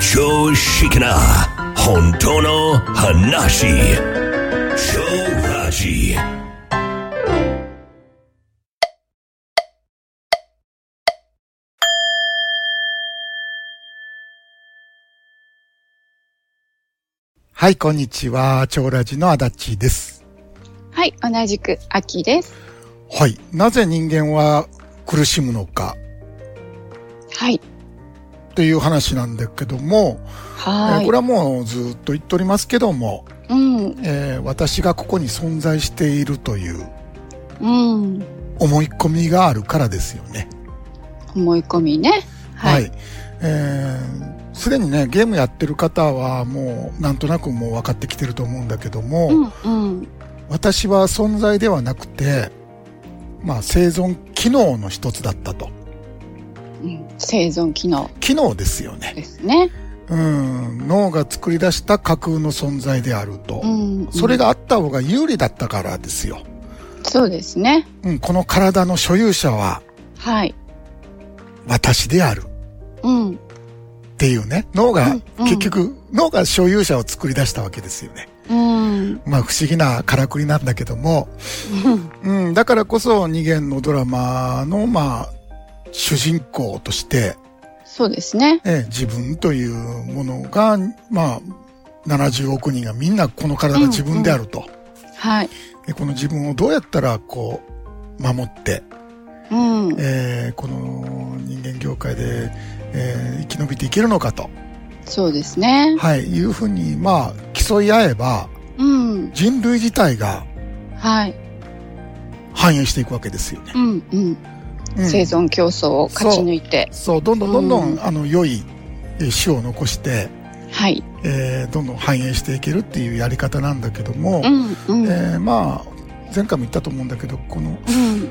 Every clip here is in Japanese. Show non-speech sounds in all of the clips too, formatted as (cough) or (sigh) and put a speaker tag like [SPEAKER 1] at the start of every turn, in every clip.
[SPEAKER 1] 常識な本当の話超ラジ
[SPEAKER 2] はい、こんにちは。長ラジの足立です。
[SPEAKER 3] はい、同じく秋です。
[SPEAKER 2] はい。なぜ人間は苦しむのか
[SPEAKER 3] はい。
[SPEAKER 2] っていう話なんだけども、え
[SPEAKER 3] はー
[SPEAKER 2] ー
[SPEAKER 3] い。
[SPEAKER 2] これはもうずっと言っておりますけども、
[SPEAKER 3] うん、
[SPEAKER 2] えー私がここに存在しているという
[SPEAKER 3] うん。
[SPEAKER 2] 思い込みがあるからですよね。
[SPEAKER 3] 思い込みね。はい。
[SPEAKER 2] はい。えーすでにね、ゲームやってる方はもうなんとなくもう分かってきてると思うんだけども、
[SPEAKER 3] うん、うん。
[SPEAKER 2] 私は存在ではなくて、まあ生存機能の一つだったと。
[SPEAKER 3] うん生存機能
[SPEAKER 2] 機能ですよね。
[SPEAKER 3] ですね。
[SPEAKER 2] うん、脳が作り出した架空の存在であると。
[SPEAKER 3] うん。
[SPEAKER 2] それがあった方が有利だったからですよ。
[SPEAKER 3] うん。そうですね。
[SPEAKER 2] うん、この体の所有者は
[SPEAKER 3] はい。
[SPEAKER 2] 私である
[SPEAKER 3] うん。
[SPEAKER 2] っていうね。脳が
[SPEAKER 3] うん
[SPEAKER 2] 結局、脳が所有者を作り出したわけですよね。
[SPEAKER 3] うん。
[SPEAKER 2] まあ不思議なからくりなんだけども。うん、だからこそ二元のドラマのまあ主人公として、
[SPEAKER 3] そうですね。
[SPEAKER 2] ええ自分というものが、まあ70億人がみんなこの体が自分であると。
[SPEAKER 3] はい。
[SPEAKER 2] でこの自分をどうやったらこう守って、
[SPEAKER 3] うん。
[SPEAKER 2] えーこの人間業界で、えー生き延びていけるのかと、
[SPEAKER 3] そうですね。
[SPEAKER 2] はい、いうふうに、まあ、競い合えば
[SPEAKER 3] うん。
[SPEAKER 2] 人類自体が
[SPEAKER 3] はい。
[SPEAKER 2] 繁栄していくわけですよね。
[SPEAKER 3] うん、うん。
[SPEAKER 2] うん
[SPEAKER 3] 生存競争を勝ち抜いて。
[SPEAKER 2] そうどんどんどんどん、
[SPEAKER 3] うん
[SPEAKER 2] あの良いえー種を残して、
[SPEAKER 3] はい。
[SPEAKER 2] えーどんどん繁栄していけるっていうやり方なんだけども、
[SPEAKER 3] うん、うん。
[SPEAKER 2] えーまあ前回も言ったと思うんだけどこの
[SPEAKER 3] うん。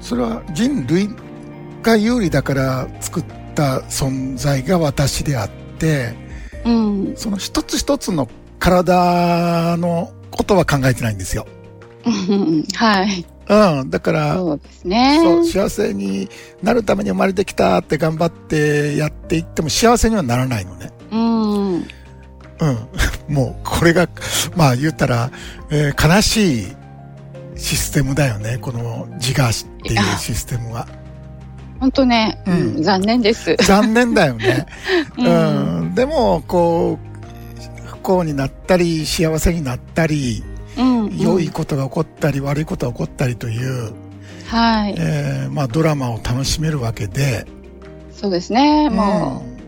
[SPEAKER 2] それは人類が有利だから作った存在が私であって、
[SPEAKER 3] うん。
[SPEAKER 2] その一つ一つの体のことは考えてないんですよ。
[SPEAKER 3] うんはい。
[SPEAKER 2] うん。だから、
[SPEAKER 3] そうですね。
[SPEAKER 2] そう、幸せになるために生まれてきたって頑張ってやっていっても幸せにはならないのね。
[SPEAKER 3] うん。
[SPEAKER 2] うん。 (laughs) もう、これが、まあ言ったら、えー悲しいシステムだよね。この自我っていうシステム
[SPEAKER 3] (laughs)
[SPEAKER 2] は。
[SPEAKER 3] 本当ね、
[SPEAKER 2] う
[SPEAKER 3] うんん、残念です。
[SPEAKER 2] 残念だよね。
[SPEAKER 3] うん、
[SPEAKER 2] うん、でもこう不幸になったり幸せになったり
[SPEAKER 3] うん、
[SPEAKER 2] 良いことが起こったり悪いことが起こったりという、
[SPEAKER 3] はい、
[SPEAKER 2] えーまあ、ドラマを楽しめるわけで、
[SPEAKER 3] そうですね。も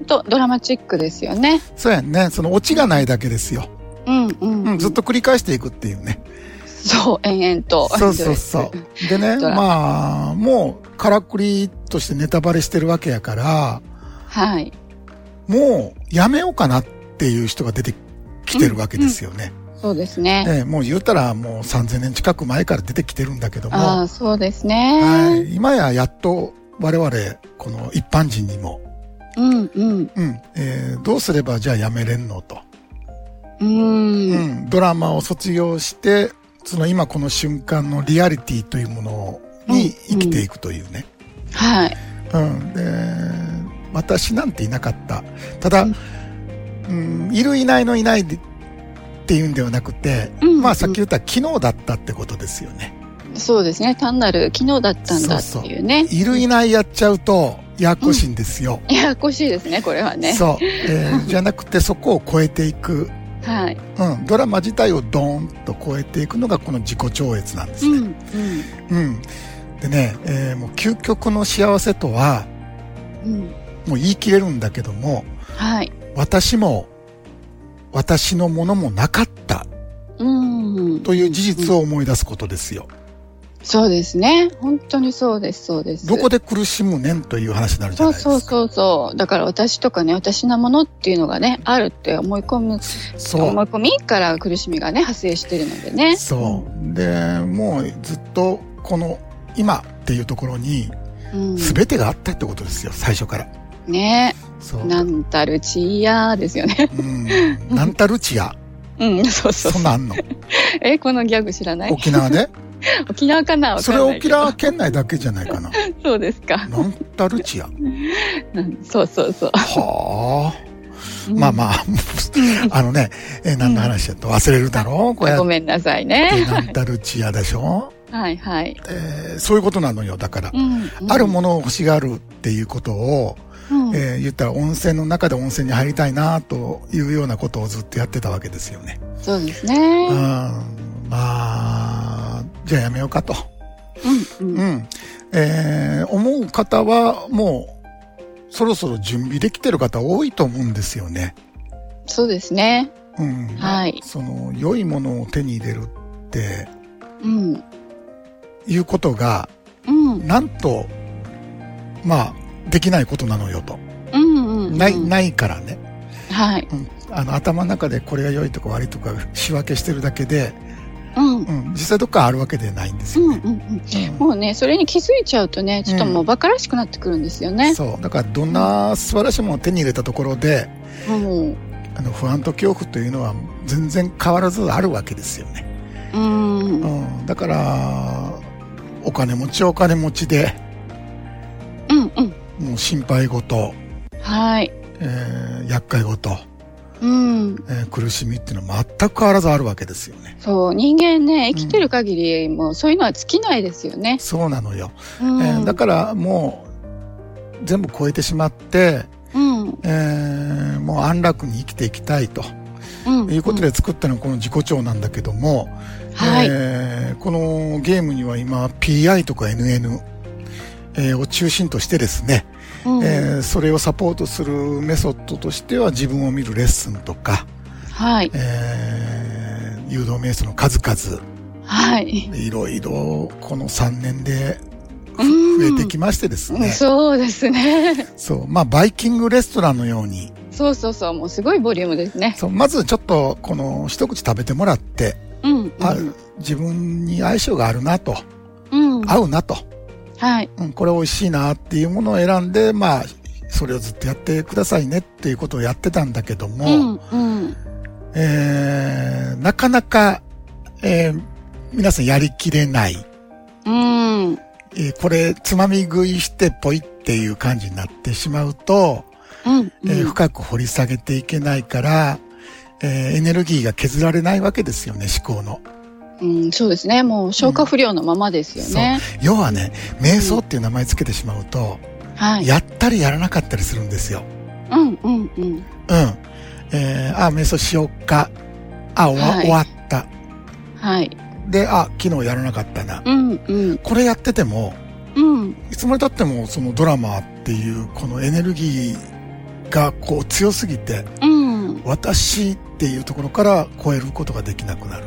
[SPEAKER 2] ん
[SPEAKER 3] う、とドラマチックですよね。
[SPEAKER 2] そうやんねそのオチがないだけですよ、
[SPEAKER 3] うん、うん、
[SPEAKER 2] うん、ずっと繰り返していくっていうね
[SPEAKER 3] そう延々と。
[SPEAKER 2] そうそうそうでね
[SPEAKER 3] ドラマ
[SPEAKER 2] まあもうからくりとしてネタバレしてるわけやから
[SPEAKER 3] (laughs) はい、
[SPEAKER 2] もうやめようかなっていう人が出てきてるわけですよね、
[SPEAKER 3] そうですね。
[SPEAKER 2] ええ、もう言うたらもう3000年近く前から出てきてるんだけども、
[SPEAKER 3] ああ、そうですね。
[SPEAKER 2] はい、今ややっと我々、この一般人にも、
[SPEAKER 3] うん、うん、
[SPEAKER 2] うん、えーどうすればじゃあやめれんのと、
[SPEAKER 3] うん、
[SPEAKER 2] う
[SPEAKER 3] うん、
[SPEAKER 2] ん、ドラマを卒業して、その今この瞬間のリアリティというものに生きていくというね。
[SPEAKER 3] はい、
[SPEAKER 2] うん、で、私なんていなかった。ただ、うん、いるいないのいないでっていうんではなくて、
[SPEAKER 3] うん
[SPEAKER 2] まあさっき言った昨日だったってことですよね。
[SPEAKER 3] そうですね。単なる昨日だったんだっていうね。
[SPEAKER 2] いるいないやっちゃうと、ややこしいんですよ。
[SPEAKER 3] いややこしいですね。これはね。
[SPEAKER 2] そう。えーじゃなくて、そこを超えていく。
[SPEAKER 3] はい、
[SPEAKER 2] うん。ドラマ自体をドーンと超えていくのが、この自己超越なんで
[SPEAKER 3] う
[SPEAKER 2] す
[SPEAKER 3] ん、う
[SPEAKER 2] ね。
[SPEAKER 3] ん、
[SPEAKER 2] うん。でね、えーもう究極の幸せとは、
[SPEAKER 3] う
[SPEAKER 2] も
[SPEAKER 3] ん、
[SPEAKER 2] う言い切れるんだけども、
[SPEAKER 3] はい、
[SPEAKER 2] 私も、私のものもなかった
[SPEAKER 3] うん、
[SPEAKER 2] という事実を思い出すことですよ。
[SPEAKER 3] そうですね。本当にそうです。そうです。
[SPEAKER 2] どこで苦しむねんという話になるじゃないう
[SPEAKER 3] そ
[SPEAKER 2] ですか。
[SPEAKER 3] そうそうそう。だから私とかね、私のものっていうのがね、あるって思い込む、
[SPEAKER 2] そう
[SPEAKER 3] 思い込みから苦しみがね、発生してるのでね。
[SPEAKER 2] そう。で、もうずっとこの今っていうところに
[SPEAKER 3] うん。
[SPEAKER 2] 全てがあったってことですよ、最初から。
[SPEAKER 3] ね
[SPEAKER 2] そう。
[SPEAKER 3] なんたるちやですよね。 (laughs)
[SPEAKER 2] うん。なんたるちや。
[SPEAKER 3] うん、そうそ
[SPEAKER 2] そ
[SPEAKER 3] うそ
[SPEAKER 2] ん
[SPEAKER 3] う。
[SPEAKER 2] なんあんの
[SPEAKER 3] え、このギャグ知らない
[SPEAKER 2] 沖
[SPEAKER 3] (laughs)
[SPEAKER 2] 縄で
[SPEAKER 3] 沖縄かなわ
[SPEAKER 2] そ
[SPEAKER 3] か
[SPEAKER 2] れ
[SPEAKER 3] んない
[SPEAKER 2] 沖
[SPEAKER 3] けど
[SPEAKER 2] 縄県内だけじゃないかな。
[SPEAKER 3] そうですか。 (laughs)
[SPEAKER 2] なんたるちや。
[SPEAKER 3] うんそうそうそう。
[SPEAKER 2] はあ。
[SPEAKER 3] うん
[SPEAKER 2] まあまあ、あのね、えー何の話やと忘れるだろう、こうや
[SPEAKER 3] ご
[SPEAKER 2] っ
[SPEAKER 3] めんなさい
[SPEAKER 2] て
[SPEAKER 3] ね。
[SPEAKER 2] なったルチアでしょ、
[SPEAKER 3] はいはい。
[SPEAKER 2] えーそういうことなのよ、だから。
[SPEAKER 3] うんうん
[SPEAKER 2] あるものを欲しがるっていうことを、
[SPEAKER 3] うん
[SPEAKER 2] えー言ったら温泉の中で温泉に入りたいなというようなことをずっとやってたわけですよね。
[SPEAKER 3] そうです
[SPEAKER 2] うん、
[SPEAKER 3] ね。
[SPEAKER 2] まあ、じゃあやめようかと。
[SPEAKER 3] うんうん
[SPEAKER 2] うん。えー思う方はもう、そろそろ準備できてる方多いと思うんですよね。
[SPEAKER 3] そうですね。
[SPEAKER 2] うん。
[SPEAKER 3] はい。
[SPEAKER 2] その、良いものを手に入れるって
[SPEAKER 3] うん。
[SPEAKER 2] いうことが、
[SPEAKER 3] うん。
[SPEAKER 2] なんと、まあ、できないことなのよと。
[SPEAKER 3] うんうんうん。
[SPEAKER 2] ない、ないからね。
[SPEAKER 3] はい。
[SPEAKER 2] うん、あの頭の中でこれが良いとか悪いとか仕分けしてるだけで、
[SPEAKER 3] うん。うん
[SPEAKER 2] うん、実際どっかあるわけではないんですよ
[SPEAKER 3] うん
[SPEAKER 2] ね。
[SPEAKER 3] うん。
[SPEAKER 2] うん
[SPEAKER 3] もうね、それに気づいちゃうとね、ちょっともう馬鹿らしくなってくるんですよね。
[SPEAKER 2] そうだからどんな素晴らしいものを手に入れたところで
[SPEAKER 3] もう。
[SPEAKER 2] あの不安と恐怖というのは全然変わらずあるわけですよね、
[SPEAKER 3] うん
[SPEAKER 2] う。ん、だからお金持ちはお金持ちで
[SPEAKER 3] うんうん。
[SPEAKER 2] もう心配事、
[SPEAKER 3] はい。
[SPEAKER 2] えー厄介事、
[SPEAKER 3] うん。
[SPEAKER 2] えー苦しみっていうのは全く変わらずあるわけですよね
[SPEAKER 3] そう。人間ね、生きてる限り、もうそういうのは尽きないですよね。
[SPEAKER 2] そうなのよ、
[SPEAKER 3] うん。
[SPEAKER 2] えーだからもう全部超えてしまって
[SPEAKER 3] うん。
[SPEAKER 2] えーもう安楽に生きていきたいと
[SPEAKER 3] うん。
[SPEAKER 2] いうことで作ったのがこの自己調なんだけども、
[SPEAKER 3] はい。
[SPEAKER 2] えーこのゲームには今 PI とか NN、えーを中心としてですね、
[SPEAKER 3] うん
[SPEAKER 2] えーそれをサポートするメソッドとしては自分を見るレッスンとか、
[SPEAKER 3] はい。
[SPEAKER 2] えー誘導瞑想の数々、
[SPEAKER 3] はい。
[SPEAKER 2] いろいろこの3年で
[SPEAKER 3] うん
[SPEAKER 2] 増えてきましてですね、
[SPEAKER 3] そうですね。 (laughs)
[SPEAKER 2] そう、まあバイキングレストランのように、
[SPEAKER 3] そうそうそう。もうすごいボリュームですね。
[SPEAKER 2] そうまずちょっとこの一口食べてもらって、
[SPEAKER 3] うん。うん
[SPEAKER 2] あ自分に相性があるなと、
[SPEAKER 3] うん。
[SPEAKER 2] 合うなと、
[SPEAKER 3] はい。
[SPEAKER 2] うん、これ美味しいなっていうものを選んで、まあ、それをずっとやってくださいねっていうことをやってたんだけど
[SPEAKER 3] う
[SPEAKER 2] も、
[SPEAKER 3] ん。うん。
[SPEAKER 2] えー、なかなか、えー皆さんやりきれない、
[SPEAKER 3] うん。
[SPEAKER 2] えーこれつまみ食いしてポイっていう感じになってしまうと、
[SPEAKER 3] うん。
[SPEAKER 2] えー深く掘り下げていけないから、えーエネルギーが削られないわけですよね、思考の。
[SPEAKER 3] うん。そうですね。もう消化不良のままですよね。
[SPEAKER 2] 要はね、瞑想っていう名前つけてしまうと、
[SPEAKER 3] はい。
[SPEAKER 2] やったりやらなかったりするんですよ。
[SPEAKER 3] うん。うん。うん。
[SPEAKER 2] うん。えー、あ、瞑想しよっか。あ、終わ,、
[SPEAKER 3] はい
[SPEAKER 2] 終わった。
[SPEAKER 3] はい。
[SPEAKER 2] で、あ、昨日やらなかったな。
[SPEAKER 3] うん。うん。
[SPEAKER 2] これやってても、
[SPEAKER 3] うん。
[SPEAKER 2] いつまで経ってもそのドラマっていうこのエネルギーがこう強すぎて、
[SPEAKER 3] うん。
[SPEAKER 2] 私っていうところから超えることができなくなる。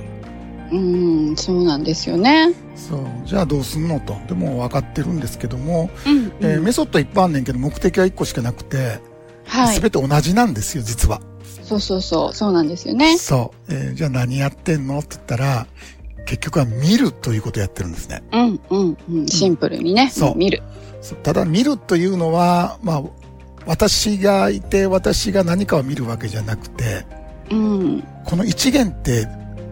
[SPEAKER 3] うん。そうなんですよね。
[SPEAKER 2] そう。じゃあどうすんのと。でも分かってるんですけども、
[SPEAKER 3] うん。
[SPEAKER 2] えー
[SPEAKER 3] うん
[SPEAKER 2] メソッドいっぱいあんねんけど目的は1個しかなくて、
[SPEAKER 3] は
[SPEAKER 2] す
[SPEAKER 3] い。
[SPEAKER 2] べて同じなんですよ、実は。
[SPEAKER 3] そうそうそう。そうなんですよね。
[SPEAKER 2] そう。えーじゃあ何やってんのって言ったら、結局は見るということをやってるんですね。
[SPEAKER 3] うん。うん。うん。シンプルにね。
[SPEAKER 2] そう
[SPEAKER 3] 見る。
[SPEAKER 2] そうただ見るというのは、まあ、私がいて私が何かを見るわけじゃなくて、
[SPEAKER 3] うん。
[SPEAKER 2] この一元って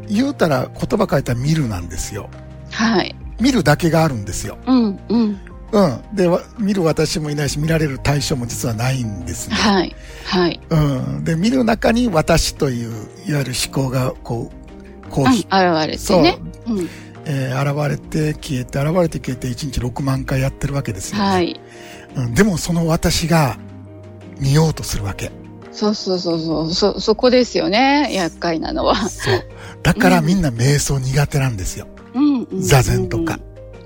[SPEAKER 2] 言うたら言葉変えたら見るなんですよ。
[SPEAKER 3] はい。
[SPEAKER 2] 見るだけがあるんですよ。
[SPEAKER 3] うん。うん。
[SPEAKER 2] うん。で、わ見る私もいないし、見られる対象も実はないんですね。
[SPEAKER 3] はい。はい。
[SPEAKER 2] うん。で、見る中に私という、いわゆる思考が、こう、こう、
[SPEAKER 3] うん。現れて
[SPEAKER 2] そう、
[SPEAKER 3] ね。うん。
[SPEAKER 2] えー現れて消えて現れて消えて1日6万回やってるわけですよ、ね
[SPEAKER 3] はい。
[SPEAKER 2] うん、でもその私が見ようとするわけ
[SPEAKER 3] そうそうそうそう。そ、そこですよね。厄介なのは。
[SPEAKER 2] そうだからみんな瞑想苦手なんですよ、
[SPEAKER 3] うん、うん。
[SPEAKER 2] 座禅とか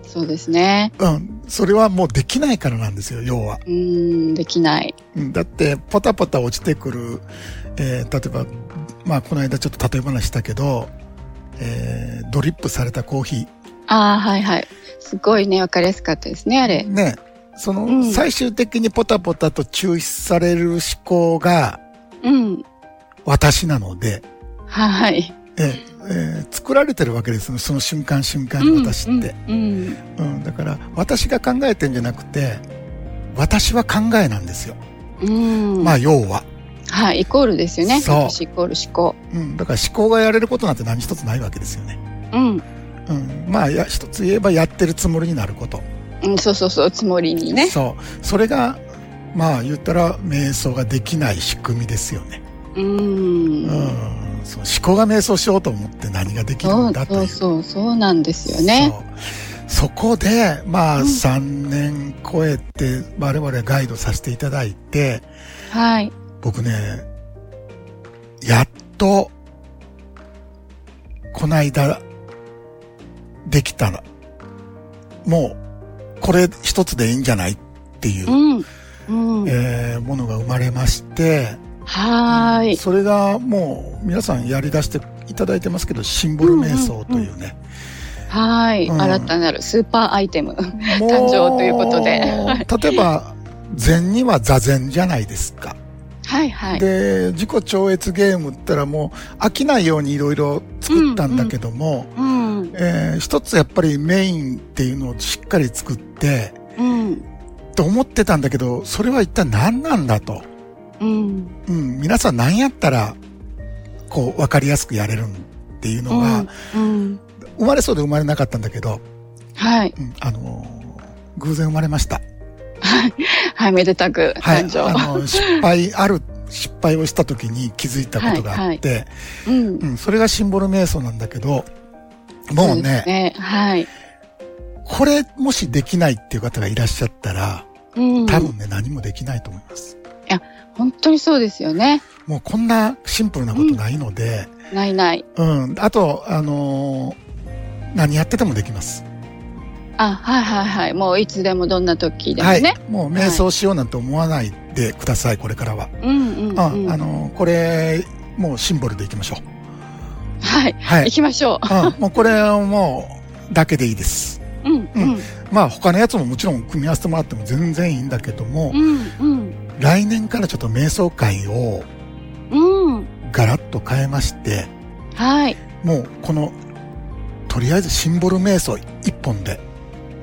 [SPEAKER 3] うん。そうですね。
[SPEAKER 2] うん、それはもうできないからなんですよ要は、
[SPEAKER 3] うん、できない。
[SPEAKER 2] うん、だってポタポタ落ちてくる、えー例えばまあこの間ちょっと例え話したけど、えードリップされたコーヒ
[SPEAKER 3] ああ、はいはい。すごいね、わかりやすかったですね、あれ
[SPEAKER 2] ー。ねその、
[SPEAKER 3] うん
[SPEAKER 2] 最終的にポタポタと抽出される思考が
[SPEAKER 3] うん。
[SPEAKER 2] 私なので、
[SPEAKER 3] はい。
[SPEAKER 2] えええー作られてるわけですよその瞬間瞬間に
[SPEAKER 3] うん
[SPEAKER 2] 私って、。
[SPEAKER 3] うん。
[SPEAKER 2] うんだから私が考えてんじゃなくて私は考えなんですよ、
[SPEAKER 3] うん。うん
[SPEAKER 2] まあ要は、
[SPEAKER 3] はい、イコールですよね。
[SPEAKER 2] そう
[SPEAKER 3] 私イコール思考。
[SPEAKER 2] うん、だから思考がやれることなんて何一つないわけですよね、
[SPEAKER 3] うん。
[SPEAKER 2] うん、まあや一つ言えばやってるつもりになること、
[SPEAKER 3] うん、そうそうそう、つもりにね。
[SPEAKER 2] そうそれがまあ言ったら瞑想ができない仕組みですよね
[SPEAKER 3] うーん。
[SPEAKER 2] うん、そう思考が迷走しようと思って何ができる
[SPEAKER 3] そ
[SPEAKER 2] ん
[SPEAKER 3] う
[SPEAKER 2] だとい
[SPEAKER 3] そ
[SPEAKER 2] う
[SPEAKER 3] うそう、そうなんですよね。
[SPEAKER 2] そうそこで、まあ、3年超えて、我々ガイドさせていただいて、
[SPEAKER 3] はい。
[SPEAKER 2] 僕ね、やっと、こないだ、できたら、もう、これ一つでいいんじゃないっていうう、
[SPEAKER 3] ん。うん。
[SPEAKER 2] えーものが生まれまして、
[SPEAKER 3] はーい。
[SPEAKER 2] それがもう、皆さんやり出していただいてますけど、シンボル瞑想というね、
[SPEAKER 3] はーい、
[SPEAKER 2] うん
[SPEAKER 3] 新たなるスーパーアイテム。 (laughs)
[SPEAKER 2] も
[SPEAKER 3] 誕生ということで
[SPEAKER 2] 例えば、禅には座禅じゃないですか。
[SPEAKER 3] はいはい。
[SPEAKER 2] で、自己超越ゲームったらもう飽きないようにいろいろ作ったんだけども、
[SPEAKER 3] うん。
[SPEAKER 2] えー一つやっぱりメインっていうのをしっかり作って、
[SPEAKER 3] うん。
[SPEAKER 2] と思ってたんだけど、それは一体何なんだと。
[SPEAKER 3] うん。
[SPEAKER 2] うん、皆さん何やったら、こう、わかりやすくやれるんっていうのが、
[SPEAKER 3] うん。
[SPEAKER 2] 生まれそうで生まれなかったんだけど、
[SPEAKER 3] はい。
[SPEAKER 2] うん、あのー偶然生まれました。
[SPEAKER 3] はい、めでたく
[SPEAKER 2] はい、
[SPEAKER 3] 誕生。
[SPEAKER 2] あの失敗ある失敗をした時に気づいたことがあって、
[SPEAKER 3] うん。
[SPEAKER 2] うん、それがシンボル瞑想なんだけどもう
[SPEAKER 3] そ
[SPEAKER 2] ね
[SPEAKER 3] ですね。はい。
[SPEAKER 2] これもしできないっていう方がいらっしゃったら
[SPEAKER 3] うん。
[SPEAKER 2] 多分ね、何もできないと思います
[SPEAKER 3] 本当にそうですよね。
[SPEAKER 2] もうこんなシンプルなことないので、
[SPEAKER 3] ないない。
[SPEAKER 2] うんあとあのー何やっててもできます、
[SPEAKER 3] あ、はいはいはい。もういつでもどんな時でも
[SPEAKER 2] はい
[SPEAKER 3] ね。
[SPEAKER 2] もう瞑想しようなんて思わないでくださいこれからは、
[SPEAKER 3] う
[SPEAKER 2] う
[SPEAKER 3] んうん、うん。
[SPEAKER 2] んあのーこれもうシンボルでいきましょ
[SPEAKER 3] はい。
[SPEAKER 2] う
[SPEAKER 3] (laughs)
[SPEAKER 2] はい
[SPEAKER 3] 行きましょ
[SPEAKER 2] うん、もうこれはもう、だけでいいです。
[SPEAKER 3] う。うんうん
[SPEAKER 2] まあ他のやつももちろん組み合わせてもらっても全然いいんだけども
[SPEAKER 3] う、ん
[SPEAKER 2] 来年からちょっと瞑想会を
[SPEAKER 3] うんうん。
[SPEAKER 2] ガラッと変えまして、
[SPEAKER 3] はい。
[SPEAKER 2] もうこの、とりあえずシンボル瞑想一本で、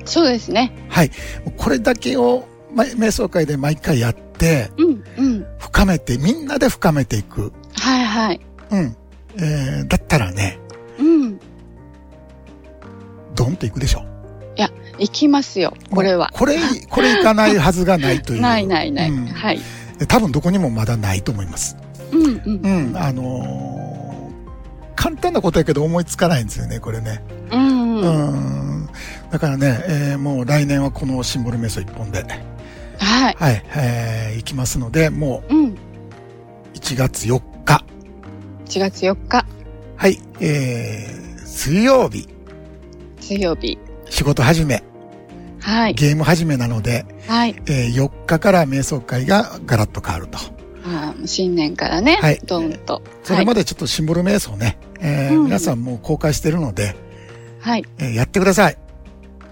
[SPEAKER 3] そうですね。
[SPEAKER 2] はい、もうこれだけをま瞑想会で毎回やって、
[SPEAKER 3] うんうん。
[SPEAKER 2] 深めて、みんなで深めていく。
[SPEAKER 3] はいはい。
[SPEAKER 2] うん。えー、だったらね、
[SPEAKER 3] うん。
[SPEAKER 2] ドンといくでしょ。
[SPEAKER 3] 行きますよ。これは。
[SPEAKER 2] これ、これいかないはずがないという。
[SPEAKER 3] (laughs) ないないない。
[SPEAKER 2] うん
[SPEAKER 3] はい。
[SPEAKER 2] で多分どこにもまだないと思います。
[SPEAKER 3] うんう
[SPEAKER 2] う
[SPEAKER 3] ん。
[SPEAKER 2] ん、あのー簡単なことやけど思いつかないんですよね、これね。
[SPEAKER 3] うん
[SPEAKER 2] う
[SPEAKER 3] うん。
[SPEAKER 2] ん。だからね、えーもう来年はこのシンボル瞑想一本で、
[SPEAKER 3] はい。
[SPEAKER 2] はい、えー、いきますので、も
[SPEAKER 3] うん。
[SPEAKER 2] う1月4日、
[SPEAKER 3] 1月4日、
[SPEAKER 2] はい、えー、水曜日、
[SPEAKER 3] 水曜日。
[SPEAKER 2] 仕事始め、
[SPEAKER 3] はい。
[SPEAKER 2] ゲーム始めなので、
[SPEAKER 3] はい。
[SPEAKER 2] えー、4日から瞑想会がガラッと変わると。
[SPEAKER 3] あー新年からね、
[SPEAKER 2] はい
[SPEAKER 3] どんと。
[SPEAKER 2] それまでちょっとシンボル瞑想ね、えー
[SPEAKER 3] うん
[SPEAKER 2] 皆さんもう公開してるので、
[SPEAKER 3] はい。
[SPEAKER 2] えーやってください。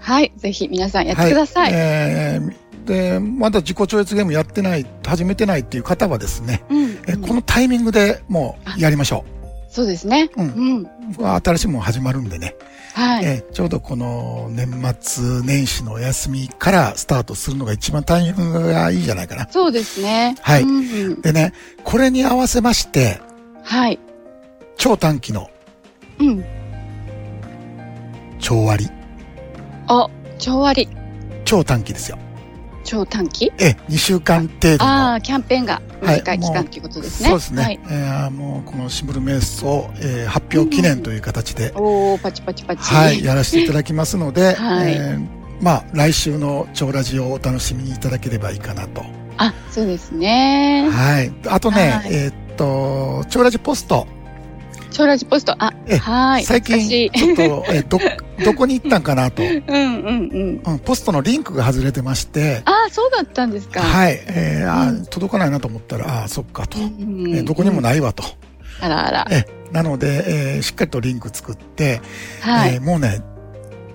[SPEAKER 3] はい。ぜひ皆さんやってください。
[SPEAKER 2] はえーで、まだ自己超越ゲームやってない、始めてないっていう方はですね、
[SPEAKER 3] うん、
[SPEAKER 2] え
[SPEAKER 3] うん
[SPEAKER 2] このタイミングでもうやりましょ
[SPEAKER 3] そうですね。
[SPEAKER 2] う
[SPEAKER 3] うんん。
[SPEAKER 2] う。新しいもん始まるんでね、
[SPEAKER 3] はい、
[SPEAKER 2] えーちょうどこの年末年始のお休みからスタートするのが一番タイミングがいいんじゃないかな。
[SPEAKER 3] そうですね。
[SPEAKER 2] はい
[SPEAKER 3] うんうん
[SPEAKER 2] でね、これに合わせまして、
[SPEAKER 3] はい。
[SPEAKER 2] 超短期の
[SPEAKER 3] うん。
[SPEAKER 2] 超割、
[SPEAKER 3] お、超割、
[SPEAKER 2] 超短期ですよ。
[SPEAKER 3] 超短期
[SPEAKER 2] えー、2週間程度の。
[SPEAKER 3] ああ、キャンペーンが
[SPEAKER 2] はい
[SPEAKER 3] 短い期間ということですね。
[SPEAKER 2] そうですね。
[SPEAKER 3] はい、
[SPEAKER 2] えーもうこのシンボル瞑想、えー発表記念という形で
[SPEAKER 3] おー、パチパチパチ。
[SPEAKER 2] はい、。やらせていただきますので、
[SPEAKER 3] (laughs) はい
[SPEAKER 2] えーまあ、来週の超ラジオをお楽しみにいただければいいかなと。
[SPEAKER 3] あ、そうですね。
[SPEAKER 2] はい。あとね、
[SPEAKER 3] はい
[SPEAKER 2] えーっと、超ラジポスト。
[SPEAKER 3] 超ラジポスト、あ、
[SPEAKER 2] え
[SPEAKER 3] はい。
[SPEAKER 2] 最
[SPEAKER 3] 懐かし
[SPEAKER 2] 近、
[SPEAKER 3] い。 (laughs)
[SPEAKER 2] ちょっと、えーど、どこに行ったんかなと。
[SPEAKER 3] うんうんうん。
[SPEAKER 2] うんポストのリンクが外れてまして、
[SPEAKER 3] ああ、そうだったんですか。
[SPEAKER 2] はい。えーあー
[SPEAKER 3] うん
[SPEAKER 2] 届かないなと思ったら、あーそっかと。
[SPEAKER 3] うんうん
[SPEAKER 2] えーどこにもないわと。
[SPEAKER 3] あらあら。
[SPEAKER 2] えなので、えーしっかりとリンク作って、
[SPEAKER 3] はい。
[SPEAKER 2] えーもうね、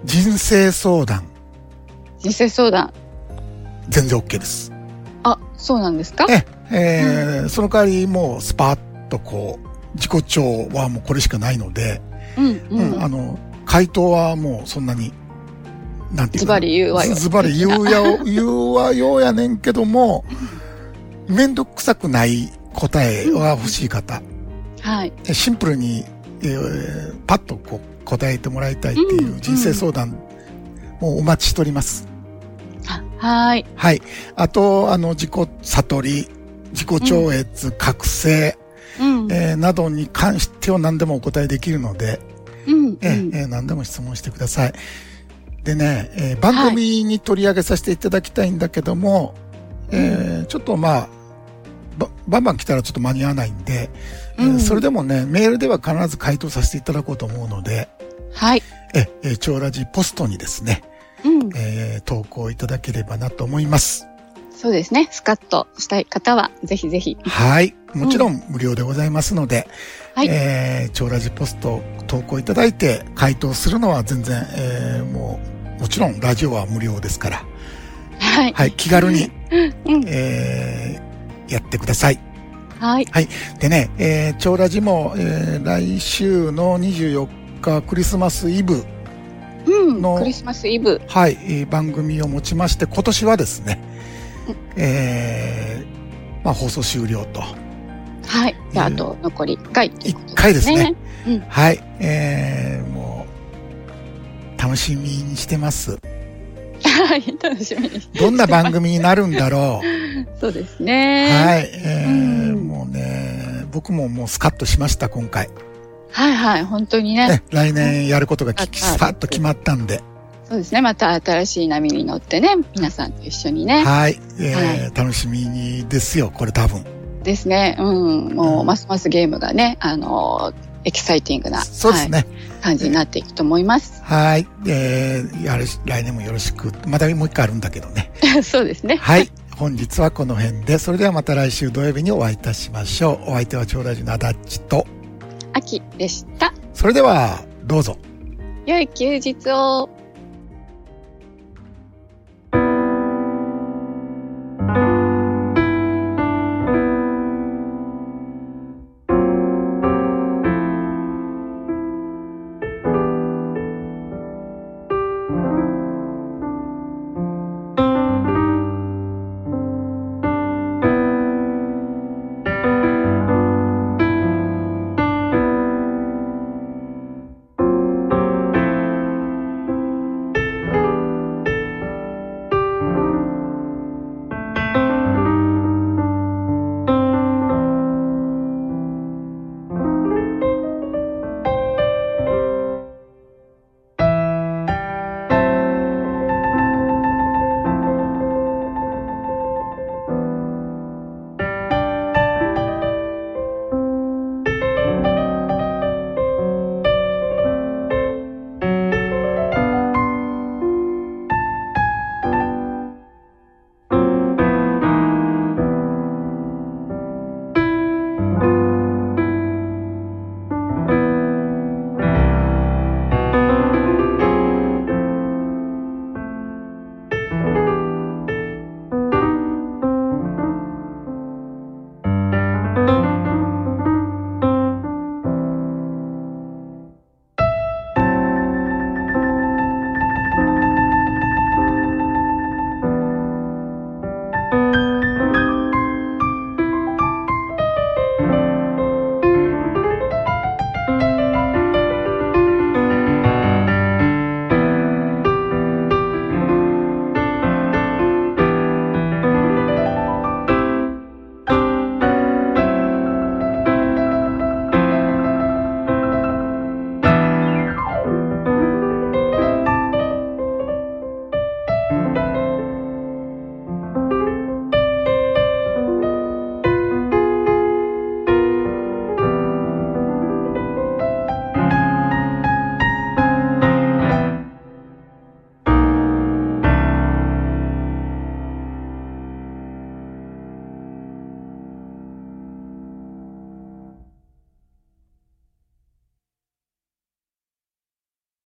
[SPEAKER 2] 人生相談、
[SPEAKER 3] 人生相談。
[SPEAKER 2] 全然 OK です。
[SPEAKER 3] あ、そうなんですか
[SPEAKER 2] ええ、えーその代わりもうスパッとこう、自己調はもうこれしかないので、
[SPEAKER 3] うん、う。
[SPEAKER 2] うんんあの、回答はもうそんなに、なんていう
[SPEAKER 3] ズ
[SPEAKER 2] かな
[SPEAKER 3] バリ言うわよ。
[SPEAKER 2] ズバリ言うや
[SPEAKER 3] (laughs)
[SPEAKER 2] を、言うわようやねんけども、めんどくさくない答えは欲しい方、
[SPEAKER 3] はい。
[SPEAKER 2] えシンプルに、えーパッとこう答えてもらいたいってい
[SPEAKER 3] うん
[SPEAKER 2] う人生相談、もうお待ちしております。
[SPEAKER 3] あはい。
[SPEAKER 2] はい。あと、あの、自己悟り、自己超越、覚醒、
[SPEAKER 3] うん。
[SPEAKER 2] えーなどに関しては何でもお答えできるので、
[SPEAKER 3] うん。
[SPEAKER 2] えーえー何でも質問してください。でね、えー番組に取り上げさせていただきたいんだけども、えーちょっとまあ、ばバンバン来たらちょっと間に合わないんで、えー
[SPEAKER 3] うん
[SPEAKER 2] それでもね、メールでは必ず回答させていただこうと思うので、
[SPEAKER 3] はい。
[SPEAKER 2] え、えー、超ラジポストにですね、
[SPEAKER 3] うん。
[SPEAKER 2] えー投稿いただければなと思います。
[SPEAKER 3] そうですね。スカッとしたい方は、ぜひぜひ。
[SPEAKER 2] はい。もちろん無料でございますので、
[SPEAKER 3] はい。
[SPEAKER 2] えー、超ラジポスト投稿いただいて回答するのは全然、えーもう、もちろんラジオは無料ですから、
[SPEAKER 3] はい。 (laughs)
[SPEAKER 2] はい、気軽に、
[SPEAKER 3] うん。
[SPEAKER 2] えーやってください。
[SPEAKER 3] はい。
[SPEAKER 2] でね、えー、超ラジも、えー来週の24日クリスマスイブ、
[SPEAKER 3] う
[SPEAKER 2] の
[SPEAKER 3] ん。クリスマスイブ。
[SPEAKER 2] はい、えー番組をもちまして、今年はですね、えーまあ放送終了と。
[SPEAKER 3] はい。じゃあ、
[SPEAKER 2] う
[SPEAKER 3] あ
[SPEAKER 2] ん
[SPEAKER 3] と残り1回。
[SPEAKER 2] 1回ですね。。
[SPEAKER 3] うん。
[SPEAKER 2] はい、えーもう、楽しみにしてます。
[SPEAKER 3] (laughs) はい。楽しみに。
[SPEAKER 2] どんな番組になるんだろう。
[SPEAKER 3] そうですね。
[SPEAKER 2] はい、えー
[SPEAKER 3] うん
[SPEAKER 2] もうね、僕ももうスカッとしました、今回。
[SPEAKER 3] はいはい、本当にね。
[SPEAKER 2] ね、来年やることがきき
[SPEAKER 3] ああ
[SPEAKER 2] さっと決まったんで。
[SPEAKER 3] そうですね。また新しい波に乗ってね、皆さんと一緒にね。
[SPEAKER 2] はい、えー
[SPEAKER 3] は
[SPEAKER 2] 楽しみにですよ、これ多分。
[SPEAKER 3] ですね。うん。も
[SPEAKER 2] う
[SPEAKER 3] う、
[SPEAKER 2] ん
[SPEAKER 3] ますますゲームがね、あのー、エキサイティングな、
[SPEAKER 2] そうですね。
[SPEAKER 3] はい感じになっていくと思います。 (laughs)
[SPEAKER 2] はい、えー、やるし来年もよろしく。またもう一回あるんだけどね。
[SPEAKER 3] そうですね。
[SPEAKER 2] はい、本日はこの辺で、それではまた来週土曜日にお会いいたしましょう。お相手は長来寺の足立と、
[SPEAKER 3] 秋でした。
[SPEAKER 2] それでは、どうぞ。
[SPEAKER 3] 良い休日を。